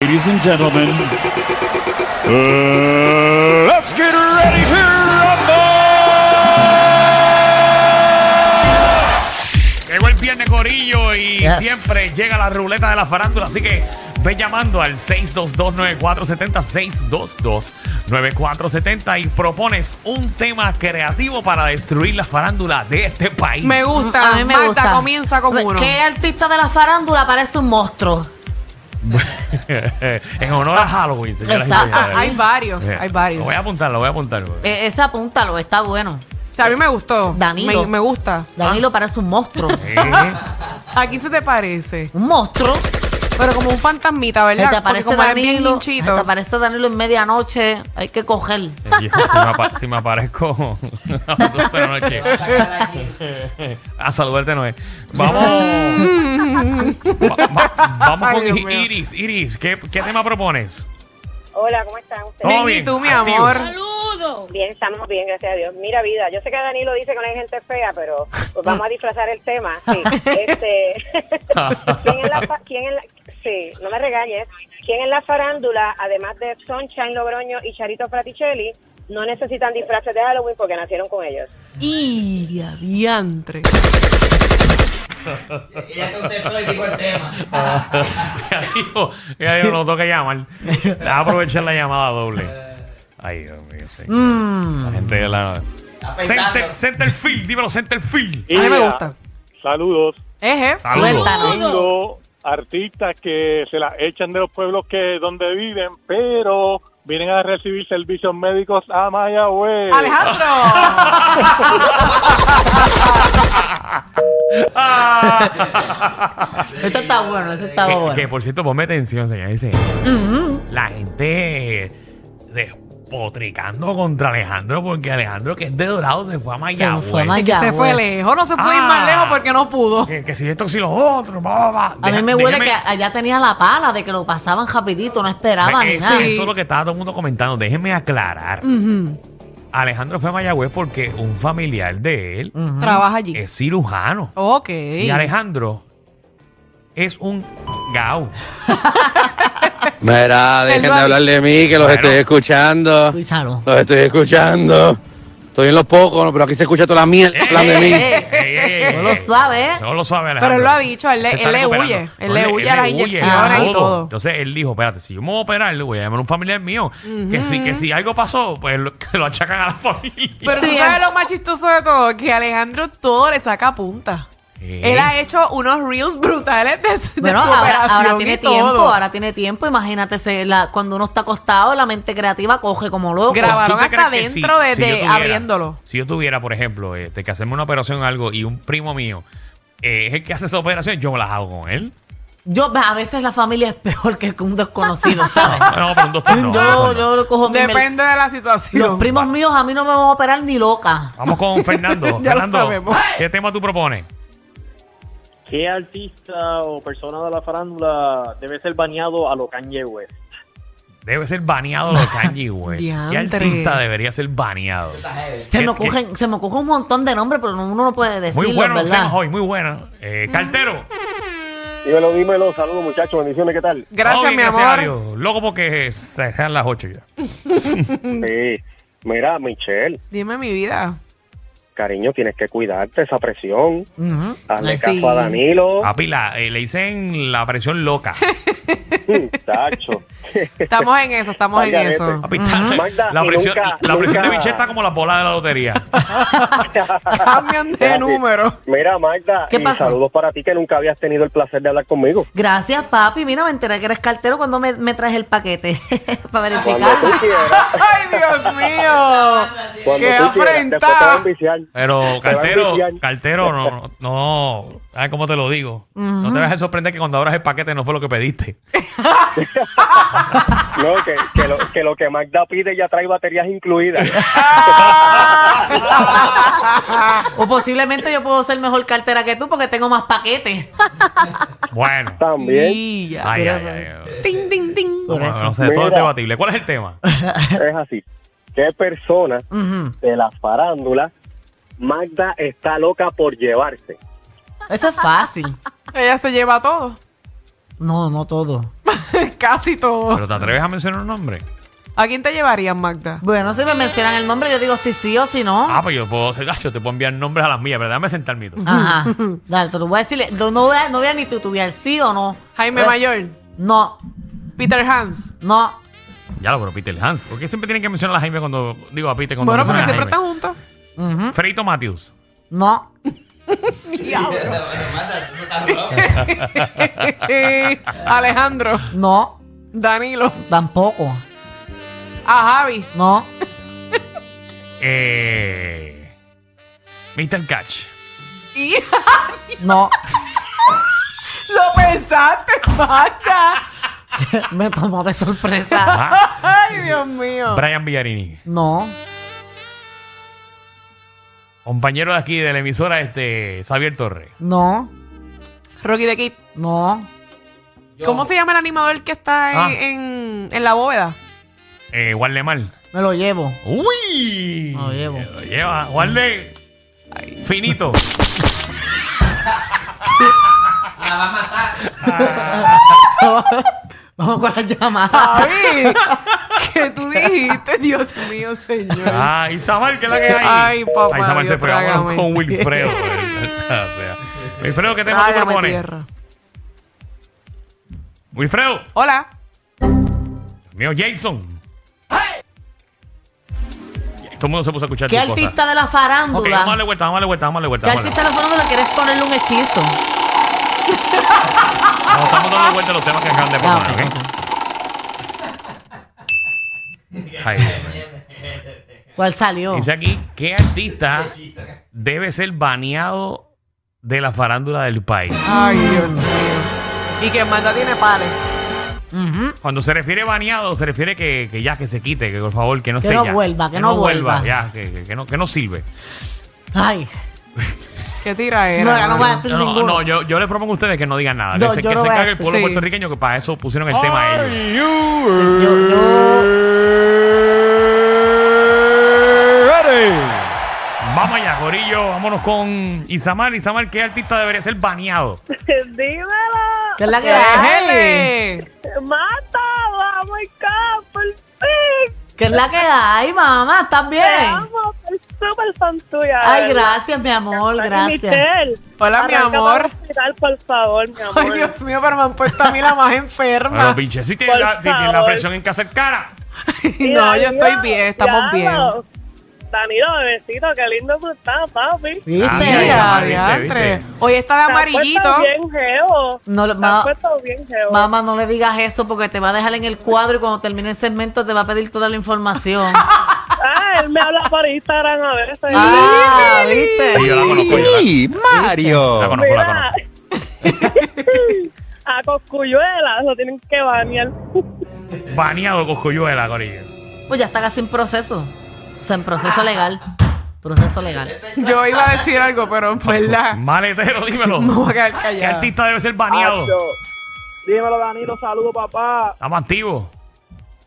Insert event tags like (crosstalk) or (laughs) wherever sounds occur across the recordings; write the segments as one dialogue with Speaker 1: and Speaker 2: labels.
Speaker 1: ladies and gentlemen. Uh, let's get ready to rumble.
Speaker 2: Llegó el viernes Corillo y siempre llega la ruleta de la farándula, así que ve llamando al 622-9470, 622-9470 y propones un tema creativo para destruir la farándula de este país.
Speaker 3: Me gusta,
Speaker 4: A mí me
Speaker 3: Marta
Speaker 4: gusta. Pues,
Speaker 3: comienza con uno.
Speaker 4: ¿Qué artista de la farándula parece un monstruo?
Speaker 2: (laughs) en honor a Halloween, señoras y
Speaker 4: Exacto.
Speaker 2: señores.
Speaker 3: Ah, hay varios,
Speaker 2: Eh,
Speaker 3: hay varios.
Speaker 2: Lo voy a apuntar, lo voy a apuntar.
Speaker 4: Eh, ese apúntalo, está bueno.
Speaker 3: O sea, a mí me gustó.
Speaker 4: Danilo.
Speaker 3: Me, me gusta.
Speaker 4: Danilo parece un monstruo.
Speaker 2: Sí.
Speaker 3: ¿A quién se te parece?
Speaker 4: un
Speaker 3: (laughs)
Speaker 4: monstruo.
Speaker 3: Pero como un fantasmita,
Speaker 4: Se
Speaker 3: ¿verdad?
Speaker 4: te
Speaker 3: Porque
Speaker 4: aparece
Speaker 3: como es bien
Speaker 4: Danilo. Se
Speaker 3: hinchito.
Speaker 4: te aparece Danilo en medianoche. Hay que coger.
Speaker 2: Yo, si, me apa- si me aparezco (laughs) a las 12 de la noche. A saludarte, Noé. Vamos. Va- va- vamos
Speaker 3: Ay,
Speaker 2: con
Speaker 3: Dios mío.
Speaker 2: Iris. Iris, ¿qué, qué tema
Speaker 3: (laughs)
Speaker 2: propones?
Speaker 5: Hola, ¿cómo están ustedes?
Speaker 2: Oh,
Speaker 3: Bien, y
Speaker 2: bien,
Speaker 3: tú, mi
Speaker 2: activo.
Speaker 3: amor.
Speaker 5: Bien, estamos bien, gracias a Dios. Mira, vida, yo sé que Danilo dice que no hay gente fea, pero pues vamos a disfrazar el tema.
Speaker 4: (laughs)
Speaker 5: Sí, este, (laughs) ¿quién en la, fa- quién en la- sí, no me regañes. ¿Quién en la farándula, además de Sunshine Logroño y Charito Fraticelli, no necesitan disfraces de Halloween porque nacieron con (laughs) ellos?
Speaker 3: Y a diantre.
Speaker 2: Ya dijo, ya dijo, no tengo que llamar. Deja aprovechar la llamada doble. Ay, Dios mío, señor. La gente de la. Center, centerfield, dímelo, centerfield.
Speaker 3: A mí me
Speaker 6: Mira,
Speaker 3: gusta.
Speaker 6: Saludos.
Speaker 3: Eje.
Speaker 2: Saludos.
Speaker 6: Tengo artistas que se las echan de los pueblos que donde viven, pero vienen a recibir servicios médicos a Mayagüez.
Speaker 3: Alejandro.
Speaker 4: Este está bueno, este está
Speaker 2: Que,
Speaker 4: bueno.
Speaker 2: que, por cierto, ponme atención, señor. Dice, La gente despotricando contra Alejandro porque Alejandro, que es de Dorado, se fue a Mayagüez.
Speaker 4: fue a May- (laughs)
Speaker 3: que
Speaker 4: Ya,
Speaker 3: se fue
Speaker 4: bueno.
Speaker 3: lejos. No se pudo ir más
Speaker 2: Ah.
Speaker 3: lejos porque no pudo.
Speaker 2: Que, que si esto, si lo otro, va, va, va.
Speaker 4: A mí
Speaker 2: Deja-
Speaker 4: me huele
Speaker 2: déjeme-
Speaker 4: que allá tenía la pala de que lo pasaban rapidito, no esperaban
Speaker 2: Ve-
Speaker 4: ni
Speaker 2: eso,
Speaker 4: nada.
Speaker 2: eso es lo que estaba todo el mundo comentando. Déjenme aclarar. Alejandro fue a Mayagüez porque un familiar de él
Speaker 3: Trabaja allí.
Speaker 2: es cirujano.
Speaker 3: Ok.
Speaker 2: eh. Y Alejandro es un gao.
Speaker 7: Mira, dejen de
Speaker 3: lo ha
Speaker 7: hablar de mí, que los
Speaker 2: Bueno.
Speaker 7: estoy escuchando.
Speaker 4: Escúchalo.
Speaker 2: Eh.
Speaker 7: Los estoy escuchando. Estoy en los pocos, ¿no? pero aquí se escucha toda la mierda hablando de mí.
Speaker 4: Eh, eh,
Speaker 2: Ey, ey, ey,
Speaker 4: No lo
Speaker 2: ey.
Speaker 4: sabe, ¿eh?
Speaker 2: No lo sabe Alejandro.
Speaker 3: Pero él lo ha dicho, él le,
Speaker 2: Se está
Speaker 3: él le
Speaker 2: recuperando.
Speaker 3: huye. Él
Speaker 2: No,
Speaker 3: le huye a las
Speaker 2: le huye,
Speaker 3: inyecciones
Speaker 2: a todo.
Speaker 3: y todo.
Speaker 2: Entonces él dijo, espérate, si yo me voy a operar, le voy a llamar a un familiar mío. que, si, que si algo pasó, pues lo, que lo achacan a la familia.
Speaker 3: Pero
Speaker 4: Sí,
Speaker 3: tú
Speaker 4: él-
Speaker 3: sabes lo más chistoso de todo, que Alejandro todo le saca punta.
Speaker 2: Sí.
Speaker 3: Él ha hecho unos reels brutales de, de
Speaker 4: Bueno,
Speaker 3: su
Speaker 4: ahora,
Speaker 3: operación
Speaker 4: ahora
Speaker 3: y
Speaker 4: tiene
Speaker 3: todo.
Speaker 4: tiempo, ahora tiene tiempo. Imagínate, se- la- cuando uno está acostado, la mente creativa coge como loco.
Speaker 3: Graba. Grabaron
Speaker 2: ¿Tú te
Speaker 3: hasta
Speaker 2: crees que si-
Speaker 3: dentro de-
Speaker 2: yo
Speaker 3: de abriéndolo.
Speaker 2: Si yo tuviera, por ejemplo, este, que hacerme una operación o algo y un primo mío eh, es el que hace esa operación, yo me las hago con él.
Speaker 4: Yo, a veces la familia es peor que un desconocido,
Speaker 2: (laughs)
Speaker 4: ¿sabes?
Speaker 2: No, pero un
Speaker 3: (laughs)
Speaker 2: doctor no, un
Speaker 4: yo,
Speaker 2: doctor no.
Speaker 4: yo lo cojo mi-
Speaker 3: Depende de la situación.
Speaker 4: Los primos míos a mí no me van a operar ni loca.
Speaker 2: Vamos con Fernando.
Speaker 3: (laughs) Ya lo
Speaker 2: Fernando,
Speaker 3: sabemos.
Speaker 2: ¿qué tema tú propones?
Speaker 8: ¿Qué artista o persona de la farándula debe ser baneado a lo Kanye West?
Speaker 2: Debe ser baneado los
Speaker 4: (laughs)
Speaker 2: Kanye West. ¿Qué
Speaker 3: Diantre.
Speaker 2: artista debería ser baneado?
Speaker 4: Se me,
Speaker 2: ¿Qué- qué-
Speaker 4: ocurren, se me ocurre un montón de nombres, pero uno no puede decirlo,
Speaker 2: Muy bueno los
Speaker 4: ¿verdad? Mm.
Speaker 2: temas hoy, muy bueno. Eh, cartero.
Speaker 6: Dímelo, dímelo. Saludos, muchachos. Bendiciones, ¿qué tal?
Speaker 3: Gracias,
Speaker 2: Todo bien,
Speaker 3: mi
Speaker 2: a
Speaker 3: amor.
Speaker 2: Dios. Loco porque se sean las 8 ya.
Speaker 3: Mm.
Speaker 6: Sí. Mira, Michelle,
Speaker 3: Dime mi vida.
Speaker 6: cariño, tienes que cuidarte esa presión.
Speaker 4: Ujú.
Speaker 3: Hazle Sí. Ah. caso a
Speaker 4: Oh.
Speaker 6: Danilo.
Speaker 2: Papi, la, eh, le dicen la presión loca.
Speaker 3: (laughs)
Speaker 6: Tacho.
Speaker 3: Estamos en eso, estamos en
Speaker 6: Válgame,
Speaker 4: (laughs)
Speaker 3: eso.
Speaker 2: Papi, está-
Speaker 6: Magda,
Speaker 2: la
Speaker 6: y
Speaker 2: presión,
Speaker 6: nunca-
Speaker 2: la presión de
Speaker 6: nunca-
Speaker 2: Michelle está como la bola de la lotería.
Speaker 3: Cambian de
Speaker 6: Gracias.
Speaker 3: número.
Speaker 6: Mira, Magda,
Speaker 4: ¿Qué
Speaker 6: y
Speaker 4: pasó?
Speaker 6: saludos para ti que nunca habías tenido el placer de hablar conmigo.
Speaker 4: Gracias, papi. Mira, me enteré que eres cartero cuando me, me traes el paquete (laughs) para
Speaker 6: Cuando
Speaker 4: verificar.
Speaker 6: tú quieras,
Speaker 3: (laughs) ¡Ay, Dios mío!
Speaker 6: cuando
Speaker 3: ah. ¡Qué
Speaker 6: tú quieras, después te va a
Speaker 3: afrenta!
Speaker 6: enviciar.
Speaker 2: Pero,
Speaker 6: (laughs) Te va a
Speaker 2: cartero,
Speaker 6: enviciar.
Speaker 2: cartero, no, no, no. ¿Sabes cómo te lo digo? No te vas a sorprender que cuando abras el paquete no fue lo que pediste.
Speaker 6: No, que, que, lo, que lo que Magda pide ya trae
Speaker 3: (laughs)
Speaker 6: baterías incluidas.
Speaker 4: O posiblemente yo puedo ser mejor cartera que tú porque tengo más paquetes.
Speaker 6: (laughs)
Speaker 2: Bueno.
Speaker 6: También
Speaker 3: Y ya.
Speaker 2: Ay, ay, ay, ay.
Speaker 3: Ting, ting, ting.
Speaker 2: Bueno, no sé, todo es
Speaker 6: Mira.
Speaker 2: debatible. ¿Cuál es el tema?
Speaker 6: es así. ¿Qué persona
Speaker 4: Ujú.
Speaker 6: de las farándulas Magda está loca por llevarse?
Speaker 4: Eso es fácil.
Speaker 3: Ella se lleva todo. (laughs)
Speaker 4: No, no todo.
Speaker 3: Casi todo.
Speaker 2: Pero te atreves a mencionar un nombre.
Speaker 3: ¿A quién te llevarían, Magda?
Speaker 4: Bueno, si me mencionan el nombre, yo digo si sí o si no.
Speaker 2: Ah, pues yo puedo ser gacho, te puedo enviar nombres a las mías, pero déjame sentar mito.
Speaker 4: Ajá. Dale, te lo voy a decir. No, no voy, a, no voy a ni tutubiar sí o no.
Speaker 3: Jaime
Speaker 4: Eh,
Speaker 3: Mayor,
Speaker 4: No,
Speaker 3: Peter Hans.
Speaker 4: no.
Speaker 2: Ya lo, pero Peter Hans. ¿Por qué siempre tienen que mencionar a Jaime cuando digo a Peter cuando
Speaker 3: Bueno, porque
Speaker 2: mencionan
Speaker 3: siempre
Speaker 2: a
Speaker 3: están
Speaker 2: Jaime?
Speaker 3: juntos.
Speaker 4: ujú,
Speaker 2: Freito Matthews.
Speaker 4: No.
Speaker 3: (laughs) Alejandro,
Speaker 4: No.
Speaker 3: Danilo,
Speaker 4: Tampoco.
Speaker 3: a Javi.
Speaker 4: No.
Speaker 2: Eh. Mr. Catch.
Speaker 3: Y (laughs)
Speaker 4: No. (laughs)
Speaker 3: lo pensaste, Magda.
Speaker 4: me tomó de sorpresa.
Speaker 2: Ah,
Speaker 3: Ay, Dios mío.
Speaker 2: Brian Villarini.
Speaker 4: No.
Speaker 2: Compañero de aquí de la emisora, este. Xavier Torres.
Speaker 4: No.
Speaker 3: Rocky de Kid.
Speaker 4: No.
Speaker 3: ¿Cómo se llama el animador que está en,
Speaker 2: Ah.
Speaker 3: en- en la bóveda?
Speaker 2: Eh, Guardemal.
Speaker 4: Me lo llevo.
Speaker 2: ¡Uy!
Speaker 4: Lo llevo.
Speaker 2: Lo lleva. Guarde. Finito.
Speaker 4: Vamos con las llamadas.
Speaker 3: Javi, (laughs) ¿qué tú dijiste? Dios mío, señor.
Speaker 2: Ah, Isabel, que es la que hay.
Speaker 3: Ay, papá,
Speaker 2: Ah, Isabel se
Speaker 3: Dios,
Speaker 2: pegó
Speaker 3: trágame.
Speaker 2: con
Speaker 3: (laughs)
Speaker 2: Wilfredo. O sea, Wilfredo, ¿qué tema tú
Speaker 3: Trágame
Speaker 2: propones?
Speaker 3: tierra.
Speaker 2: Wilfredo.
Speaker 3: Hola.
Speaker 2: Dios Mío, Jason. Todo el mundo se puso a escuchar
Speaker 4: ¿Qué
Speaker 2: tus cosas.
Speaker 4: artista de la farándula?
Speaker 2: Ok, vamos a darle vuelta, vamos a darle vuelta, vamos a darle vuelta.
Speaker 4: ¿Qué
Speaker 2: Vamos a
Speaker 4: artista de la farándula quieres ponerle un hechizo?
Speaker 2: darle- No, estamos dando vuelta a los temas que acaban de
Speaker 4: Ah,
Speaker 2: proponer, ¿ok?
Speaker 4: ok, ok.
Speaker 2: Ay, Dios mío.
Speaker 4: ¿Cuál salió?
Speaker 2: Dice aquí, ¿qué artista debe ser baneado de la farándula del país?
Speaker 3: Ay, Dios mío. Y que Magda tiene pares.
Speaker 4: Ujú.
Speaker 2: Cuando se refiere baneado, se refiere que, que ya, que se quite, que por favor, que no
Speaker 4: Que
Speaker 2: esté
Speaker 4: no
Speaker 2: ya.
Speaker 4: vuelva, que no vuelva.
Speaker 2: Ya, que, que- que no, que no sirve.
Speaker 4: Ay.
Speaker 3: ¿Qué tira
Speaker 4: No, ya
Speaker 3: era?
Speaker 4: no voy a decir
Speaker 2: No, no,
Speaker 4: ninguno.
Speaker 2: no, yo, yo les propongo a ustedes que no digan nada.
Speaker 4: No,
Speaker 2: que se,
Speaker 4: yo
Speaker 2: que
Speaker 4: no
Speaker 2: se
Speaker 4: voy a
Speaker 2: cague el
Speaker 4: decir-
Speaker 2: pueblo
Speaker 3: sí.
Speaker 2: puertorriqueño, que para eso pusieron el tema a ellos.
Speaker 1: you
Speaker 4: Yo, yo.
Speaker 1: ready?
Speaker 2: Vamos allá, Corillo. Vámonos con Isamar. Isamar, ¿qué artista debería ser baneado?
Speaker 4: ¿Qué es la que hay?
Speaker 3: ¡Déjale!
Speaker 5: Mata, vamos, acá, por fin.
Speaker 4: ¿Qué es la que hay, mamá? ¿Estás
Speaker 5: Te
Speaker 4: bien?
Speaker 5: amo, soy súper fan tuya.
Speaker 4: Ay,
Speaker 5: de verdad.
Speaker 4: gracias, mi amor,
Speaker 5: Ay,
Speaker 4: gracias.
Speaker 5: Michelle,
Speaker 3: Hola, mi
Speaker 5: arranca
Speaker 3: amor.
Speaker 5: para el hospital, por favor, mi amor.
Speaker 3: Ay, Dios mío, pero me han puesto a mí
Speaker 2: (laughs)
Speaker 3: la más enferma.
Speaker 2: Pero pinche, si tiene la,
Speaker 5: Por
Speaker 2: si tiene la
Speaker 5: favor.
Speaker 2: presión en casa el cara.
Speaker 3: (laughs)
Speaker 5: Y
Speaker 3: no, yo
Speaker 5: Danilo,
Speaker 3: estoy bien, estamos bien.
Speaker 5: diablo. Danilo, bebecito, qué lindo tú estás, papi.
Speaker 2: Ay,
Speaker 4: ¿Viste?
Speaker 3: Mira,
Speaker 2: Isamar, Ah, viste,
Speaker 3: diantre.
Speaker 2: viste.
Speaker 3: Hoy está de
Speaker 5: Te has puesto
Speaker 3: amarillito.
Speaker 5: bien geo.
Speaker 4: No, lo-
Speaker 5: Te
Speaker 4: ma-
Speaker 5: has puesto bien geo.
Speaker 4: Mamá, no le digas eso porque te va a dejar en el cuadro y cuando termine el segmento te va a pedir toda la información.
Speaker 5: Ah, él me habla por Instagram a veces.
Speaker 4: ah,
Speaker 2: Sí, yo
Speaker 4: ¿viste?
Speaker 2: la conozco. Yo la, la conozco, la
Speaker 5: Mira.
Speaker 2: conozco.
Speaker 5: A Coscuyuela, lo tienen que banear.
Speaker 2: Baneado Coscoyuela, Corillo.
Speaker 4: Pues ya está casi en proceso. O sea, en proceso legal. Proceso legal.
Speaker 8: Este
Speaker 3: Yo iba a decir algo, pero
Speaker 2: (laughs)
Speaker 3: en verdad
Speaker 2: Maletero,
Speaker 3: (laughs)
Speaker 2: dímelo.
Speaker 3: me voy a quedar
Speaker 2: ¿Qué
Speaker 3: callada.
Speaker 2: artista debe ser baneado?
Speaker 8: Dímelo, Danilo, saludo, papá.
Speaker 2: Estamos activos.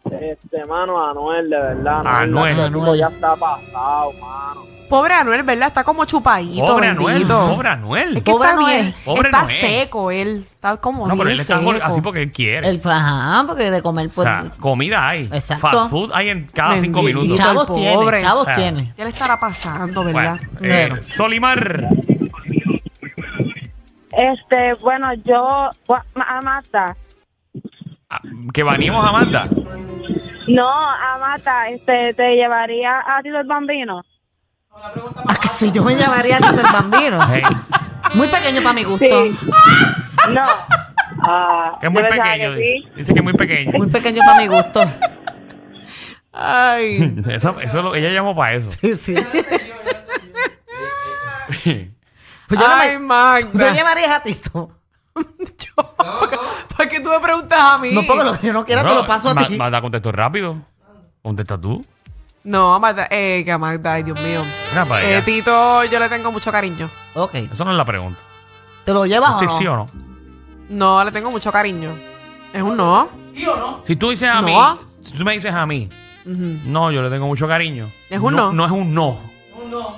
Speaker 8: Este, mano, Anuel, de verdad.
Speaker 2: Anuel.
Speaker 8: este tipo Ya está pasado, mano.
Speaker 3: Pobre Anuel, ¿verdad? Está como chupadito,
Speaker 2: Pobre Anuel.
Speaker 3: bendito.
Speaker 2: Pobre Anuel.
Speaker 3: Es que
Speaker 4: Pobre
Speaker 3: está
Speaker 4: Anuel.
Speaker 3: bien.
Speaker 2: Pobre
Speaker 3: está
Speaker 2: Anuel.
Speaker 3: seco él. Está como
Speaker 2: No, pero
Speaker 3: bien
Speaker 2: él está
Speaker 3: seco.
Speaker 2: así porque él quiere.
Speaker 4: El, ajá, porque de comer
Speaker 2: o
Speaker 4: pues.
Speaker 2: sea, comida hay.
Speaker 4: Exacto.
Speaker 2: Fast food hay en cada cinco
Speaker 3: Bendito.
Speaker 2: minutos.
Speaker 4: chavos
Speaker 3: el
Speaker 4: tiene,
Speaker 3: pobre.
Speaker 4: chavos
Speaker 2: Ah.
Speaker 4: tiene.
Speaker 3: ¿Qué le estará pasando, verdad?
Speaker 2: eh,
Speaker 4: Bueno.
Speaker 2: Solimar.
Speaker 9: Este, bueno, yo, gua- ma- a Mata,
Speaker 2: Ah, Que baneemos a
Speaker 4: (laughs)
Speaker 2: Amanda.
Speaker 9: no, a Mata, este, te llevaría a Tito el Bambino.
Speaker 4: Ah, que si yo me llamaría Tito el Bambino.
Speaker 2: Hey,
Speaker 4: Muy pequeño para mi gusto.
Speaker 2: (laughs)
Speaker 9: No.
Speaker 2: que es muy
Speaker 9: Yo pensaba
Speaker 2: pequeño.
Speaker 9: que sí.
Speaker 2: Dice, dice que es muy pequeño.
Speaker 4: Muy pequeño para mi gusto.
Speaker 2: (laughs)
Speaker 3: Ay.
Speaker 2: Eso, eso lo- ella llamó para eso.
Speaker 4: Sí, sí. Pues yo, no me-
Speaker 3: Ay, Magda.
Speaker 4: yo llevaría a Tito.
Speaker 3: Yo- porque- ¿Por qué tú me preguntas a mí?
Speaker 4: No, porque lo que yo no quiero te lo paso a ti.
Speaker 2: Manda contestó rápido. Contesta tú.
Speaker 3: No, Magda, eh, que Magda, ay, Dios mío.
Speaker 2: Era para
Speaker 3: Eh,
Speaker 2: ella.
Speaker 3: Tito, yo le tengo mucho cariño.
Speaker 4: Ok.
Speaker 2: Eso no es la pregunta.
Speaker 4: ¿Te lo llevas
Speaker 2: Sí,
Speaker 4: o no?
Speaker 2: sí o no.
Speaker 3: No, le tengo mucho cariño. Es un no.
Speaker 2: Si tú dices a
Speaker 3: No.
Speaker 2: mí, si tú me dices a mí,
Speaker 3: Ujú.
Speaker 2: no, yo le tengo mucho cariño.
Speaker 3: Es un no.
Speaker 2: No es un no.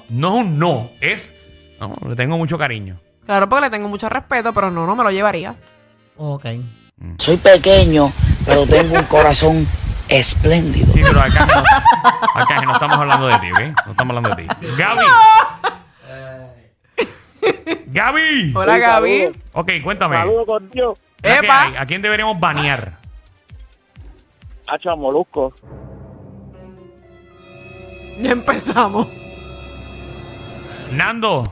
Speaker 2: No es un no. Es, no, le tengo mucho cariño.
Speaker 3: Claro, porque le tengo mucho respeto, pero no, no me lo llevaría.
Speaker 4: Ok.
Speaker 10: Soy pequeño, pero tengo un corazón espléndido.
Speaker 2: Sí, pero acá no, acá no estamos hablando de ti, ¿ok? No estamos hablando de ti. Gaby. Gaby.
Speaker 3: Hola, Gaby.
Speaker 2: Ok, cuéntame.
Speaker 8: Saludos con Dios.
Speaker 2: ¿La que
Speaker 3: Epa.
Speaker 2: hay? ¿A quién deberíamos banear?
Speaker 8: Hacho a Molusco.
Speaker 2: (laughs)
Speaker 3: Ya empezamos.
Speaker 2: Nando.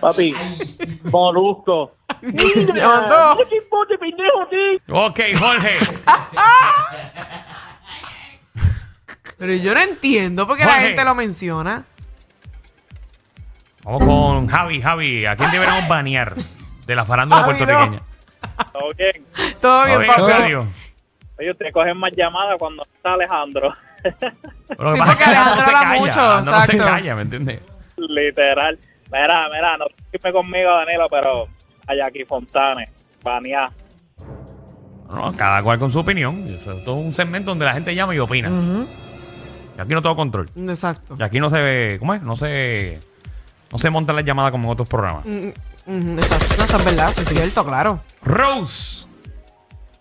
Speaker 8: Papi, Molusco.
Speaker 3: Ya mandó.
Speaker 8: ¡Qué chipote, pendejo, tío!
Speaker 2: Ok, Jorge.
Speaker 3: Pero yo no entiendo por qué la
Speaker 2: Jorge.
Speaker 3: gente lo menciona.
Speaker 2: Vamos con Javi, Javi. ¿A quién deberíamos banear de la farándula
Speaker 3: Javi, no.
Speaker 2: puertorriqueña?
Speaker 8: Todo bien.
Speaker 3: Todo
Speaker 2: A
Speaker 3: bien,
Speaker 2: ver,
Speaker 3: papi.
Speaker 2: serio.
Speaker 8: Oye, te cogen más llamadas cuando
Speaker 6: (laughs)
Speaker 8: está Alejandro.
Speaker 2: Pero lo que
Speaker 3: Sí,
Speaker 2: pasa es que
Speaker 3: porque
Speaker 2: Nando
Speaker 3: Alejandro
Speaker 2: se
Speaker 3: habla
Speaker 2: calla,
Speaker 3: mucho,
Speaker 2: Nando no se
Speaker 3: exacto.
Speaker 2: calla, ¿me entiendes?
Speaker 8: Literal. Mira, mira, no estoy conmigo, Danilo, pero a Jackie Fontane, baneá.
Speaker 2: No, cada cual con su opinión. Eso es todo un segmento donde la gente llama y opina. Y aquí no tengo control.
Speaker 3: Exacto.
Speaker 2: Y aquí no se ve, ¿cómo es? No se, no se montan las llamadas como en otros programas.
Speaker 3: Mm, mm, Exacto. No, eso es verdad, eso es cierto, claro.
Speaker 2: Rose,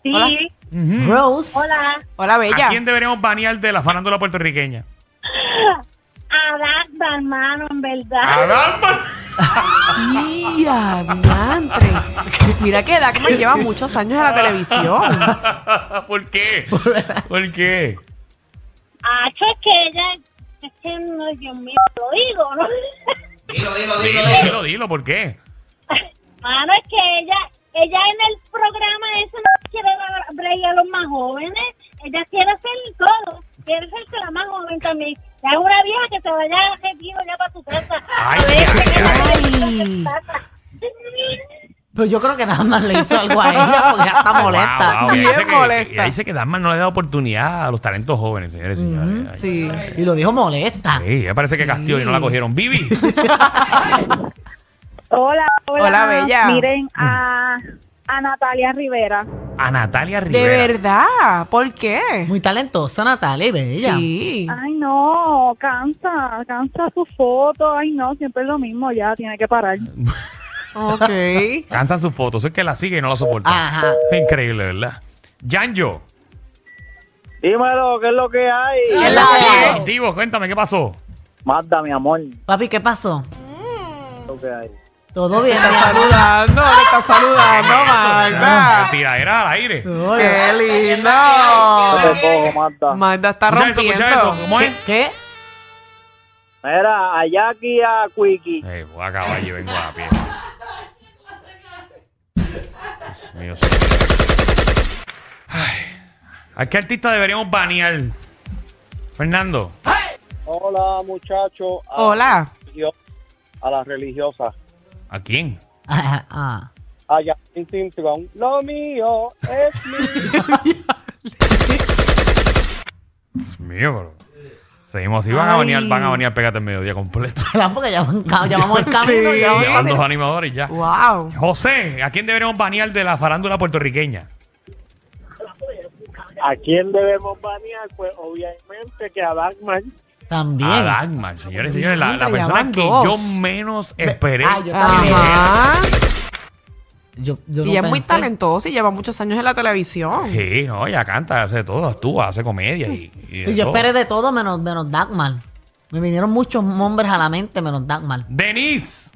Speaker 9: Sí,
Speaker 3: Hola.
Speaker 2: Mm.
Speaker 4: Rose.
Speaker 9: hola.
Speaker 3: Hola,
Speaker 2: ¿a
Speaker 3: bella.
Speaker 2: quién deberíamos banear de la farándula puertorriqueña?
Speaker 9: A Dagda, hermano, en verdad.
Speaker 2: Ah. ¡Caramba! (laughs)
Speaker 3: Mía, diantre. Mira que Dagmar lleva muchos años en la televisión.
Speaker 2: ¿Por qué? ¿Por qué?
Speaker 9: Hacho Ah, es que ella, es que no, Dios mío, lo digo, ¿no? (laughs)
Speaker 2: Dilo, dilo, dilo, ¿por qué?
Speaker 9: Mano, es que ella, ella en el programa ese no quiere dar break a los más jóvenes, ella quiere ser todo, quiere ser que la más joven también. Ya es una vieja que se vaya a retiro ya para su casa.
Speaker 2: Ay,
Speaker 9: A ver,
Speaker 2: ay,
Speaker 9: que
Speaker 2: ay.
Speaker 9: vaya a su casa.
Speaker 4: Pero yo creo que nada más le hizo algo a ella porque ya está molesta.
Speaker 2: (laughs) Wow, wow, y ahí
Speaker 3: Bien
Speaker 2: dice que-
Speaker 3: molesta.
Speaker 2: y ahí dice que Dama no le da oportunidad a los talentos jóvenes, señores y señores. Ay,
Speaker 3: Sí.
Speaker 4: Y lo dijo molesta.
Speaker 2: Sí, ya parece que Castillo y no la cogieron. Vivi,
Speaker 9: Hola, hola.
Speaker 3: Hola, bella.
Speaker 9: Miren a, a Natalia Rivera.
Speaker 2: a Natalia
Speaker 3: De
Speaker 2: Rivera.
Speaker 3: verdad. ¿Por qué?
Speaker 4: Muy talentosa Natalia y bella.
Speaker 3: Sí.
Speaker 9: Ay, no, cansa, cansa su foto. Ay, no, siempre es lo mismo, ya tiene que parar.
Speaker 3: Ok.
Speaker 2: Cansan sus fotos, es que la sigue y no la soporta.
Speaker 4: Ajá.
Speaker 2: Es increíble, ¿verdad? Yanjo,
Speaker 8: Dímelo, ¿qué es lo que hay?
Speaker 3: ¿Qué es la que hay?
Speaker 2: activo, cuéntame qué pasó.
Speaker 8: Magda, mi amor, ¿qué
Speaker 4: Papi, ¿qué pasó?
Speaker 8: es lo que hay?
Speaker 4: Todo
Speaker 2: (laughs)
Speaker 4: bien.
Speaker 3: Está saludando, le está saludando, Magda.
Speaker 2: Tiradera al aire.
Speaker 4: Hola.
Speaker 3: ¡Qué
Speaker 8: No
Speaker 3: lindo!
Speaker 8: te cojo, Magda.
Speaker 3: Magda está
Speaker 2: Escucha eso,
Speaker 3: rompiendo.
Speaker 2: escucha eso. ¿Cómo es?
Speaker 4: ¿Qué?
Speaker 8: Mira, a Jackie y a Quickie.
Speaker 2: Eh, voy a caballo, vengo a pie. Dios mío. señor. Ay, ¿A qué artista deberíamos banear? Fernando.
Speaker 8: Hola, muchacho. A
Speaker 3: Hola.
Speaker 8: A las religiosas.
Speaker 2: ¿A quién?
Speaker 4: Ah, ah.
Speaker 8: A Justin Simpson. Lo mío es mío.
Speaker 2: Dios mío, bro. Seguimos así. Van a
Speaker 3: Ay.
Speaker 2: banear, van a banear, pégate el mediodía completo.
Speaker 4: Claro, Porque ya van ca- ya vamos el camino.
Speaker 3: Sí.
Speaker 4: ya vamos el
Speaker 2: Llevan dos
Speaker 4: camino.
Speaker 2: animadores y ya.
Speaker 3: Wow.
Speaker 2: José, ¿a quién deberíamos banear de la farándula puertorriqueña?
Speaker 8: (laughs) ¿A quién debemos banear? Pues obviamente que a Batman.
Speaker 4: También.
Speaker 2: A Dagmar, señores y señores, la, la
Speaker 3: Diantre, ya
Speaker 2: persona
Speaker 3: van
Speaker 2: que
Speaker 3: dos.
Speaker 2: yo menos esperé.
Speaker 4: Ah, yo también.
Speaker 3: Ajá.
Speaker 4: Yo, yo
Speaker 3: Y
Speaker 4: no
Speaker 3: ella es muy
Speaker 4: pensé.
Speaker 3: talentosa y lleva muchos años en la televisión.
Speaker 2: (laughs) Sí, no, ella canta, hace todo, actúa, hace comedia. Y, y de
Speaker 4: Sí, yo
Speaker 2: todo.
Speaker 4: esperé de todo menos, menos Dagmar. Me vinieron muchos hombres a la mente menos Dagmar.
Speaker 2: Denise.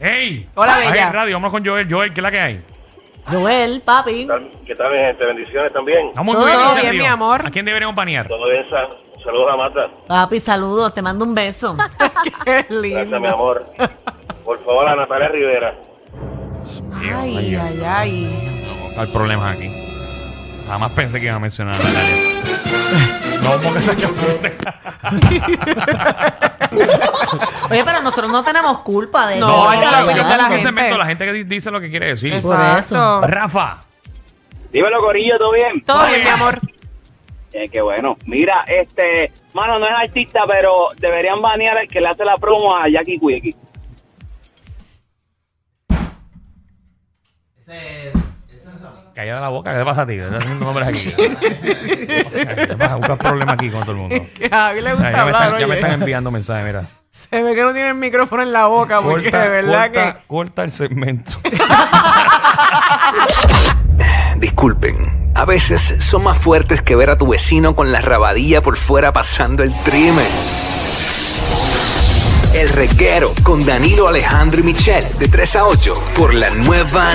Speaker 2: ¡Ey!
Speaker 3: Hola,
Speaker 2: Ay,
Speaker 3: bella.
Speaker 2: radio, vamos con Joel. Joel, ¿qué es la que hay?
Speaker 4: Joel, papi.
Speaker 6: ¿Qué tal, mi gente? Bendiciones también.
Speaker 2: Estamos
Speaker 4: Todo
Speaker 2: gracias a
Speaker 3: bien,
Speaker 2: Dios.
Speaker 3: mi amor.
Speaker 2: ¿A quién deberíamos banear?
Speaker 6: Todo bien, Sa- saludos a Mata.
Speaker 4: Papi, saludos. Te mando un
Speaker 3: (laughs)
Speaker 4: beso.
Speaker 3: (laughs) Qué
Speaker 6: Gracias, mi
Speaker 3: lindo.
Speaker 6: amor. Por favor, a Natalia Rivera.
Speaker 3: Ay, ay, ay.
Speaker 2: Hay problemas aquí. Jamás pensé que iba a mencionar a Natalia. (laughs) No, porque se asuste.
Speaker 4: Oye, pero nosotros no tenemos culpa de
Speaker 3: No,
Speaker 4: de lo
Speaker 3: esa es la
Speaker 4: que
Speaker 3: opinión de la
Speaker 4: hagan.
Speaker 2: Ese
Speaker 3: gente.
Speaker 2: segmento, la gente que di- dice lo que quiere decir.
Speaker 4: eso.
Speaker 3: Exacto.
Speaker 2: Rafa.
Speaker 8: Dímelo, Corillo, ¿todo bien?
Speaker 3: Todo bien, mi amor. (laughs)
Speaker 8: Eh, qué bueno. Mira, este, mano, no es artista, pero deberían banear al que le hace la promo a Jackie Quickie.
Speaker 2: Callada la boca, ¿qué te pasa a ti? Estás haciendo nombres aquí. ¿Qué pasa? Buscas problemas aquí con todo el mundo.
Speaker 3: Que a Javi le
Speaker 2: Ay,
Speaker 3: gusta
Speaker 2: ya, me
Speaker 3: hablar,
Speaker 2: están, ya me
Speaker 3: oye.
Speaker 2: están enviando mensajes, mira.
Speaker 3: Se ve que no tiene el micrófono en la boca porque de verdad
Speaker 2: corta-
Speaker 3: que...
Speaker 2: corta el segmento.
Speaker 11: Disculpen. A veces son más fuertes que ver a tu vecino con la rabadilla por fuera pasando el trimen. El reguero con Danilo Alejandro y Michel de 3 a 8 por la nueva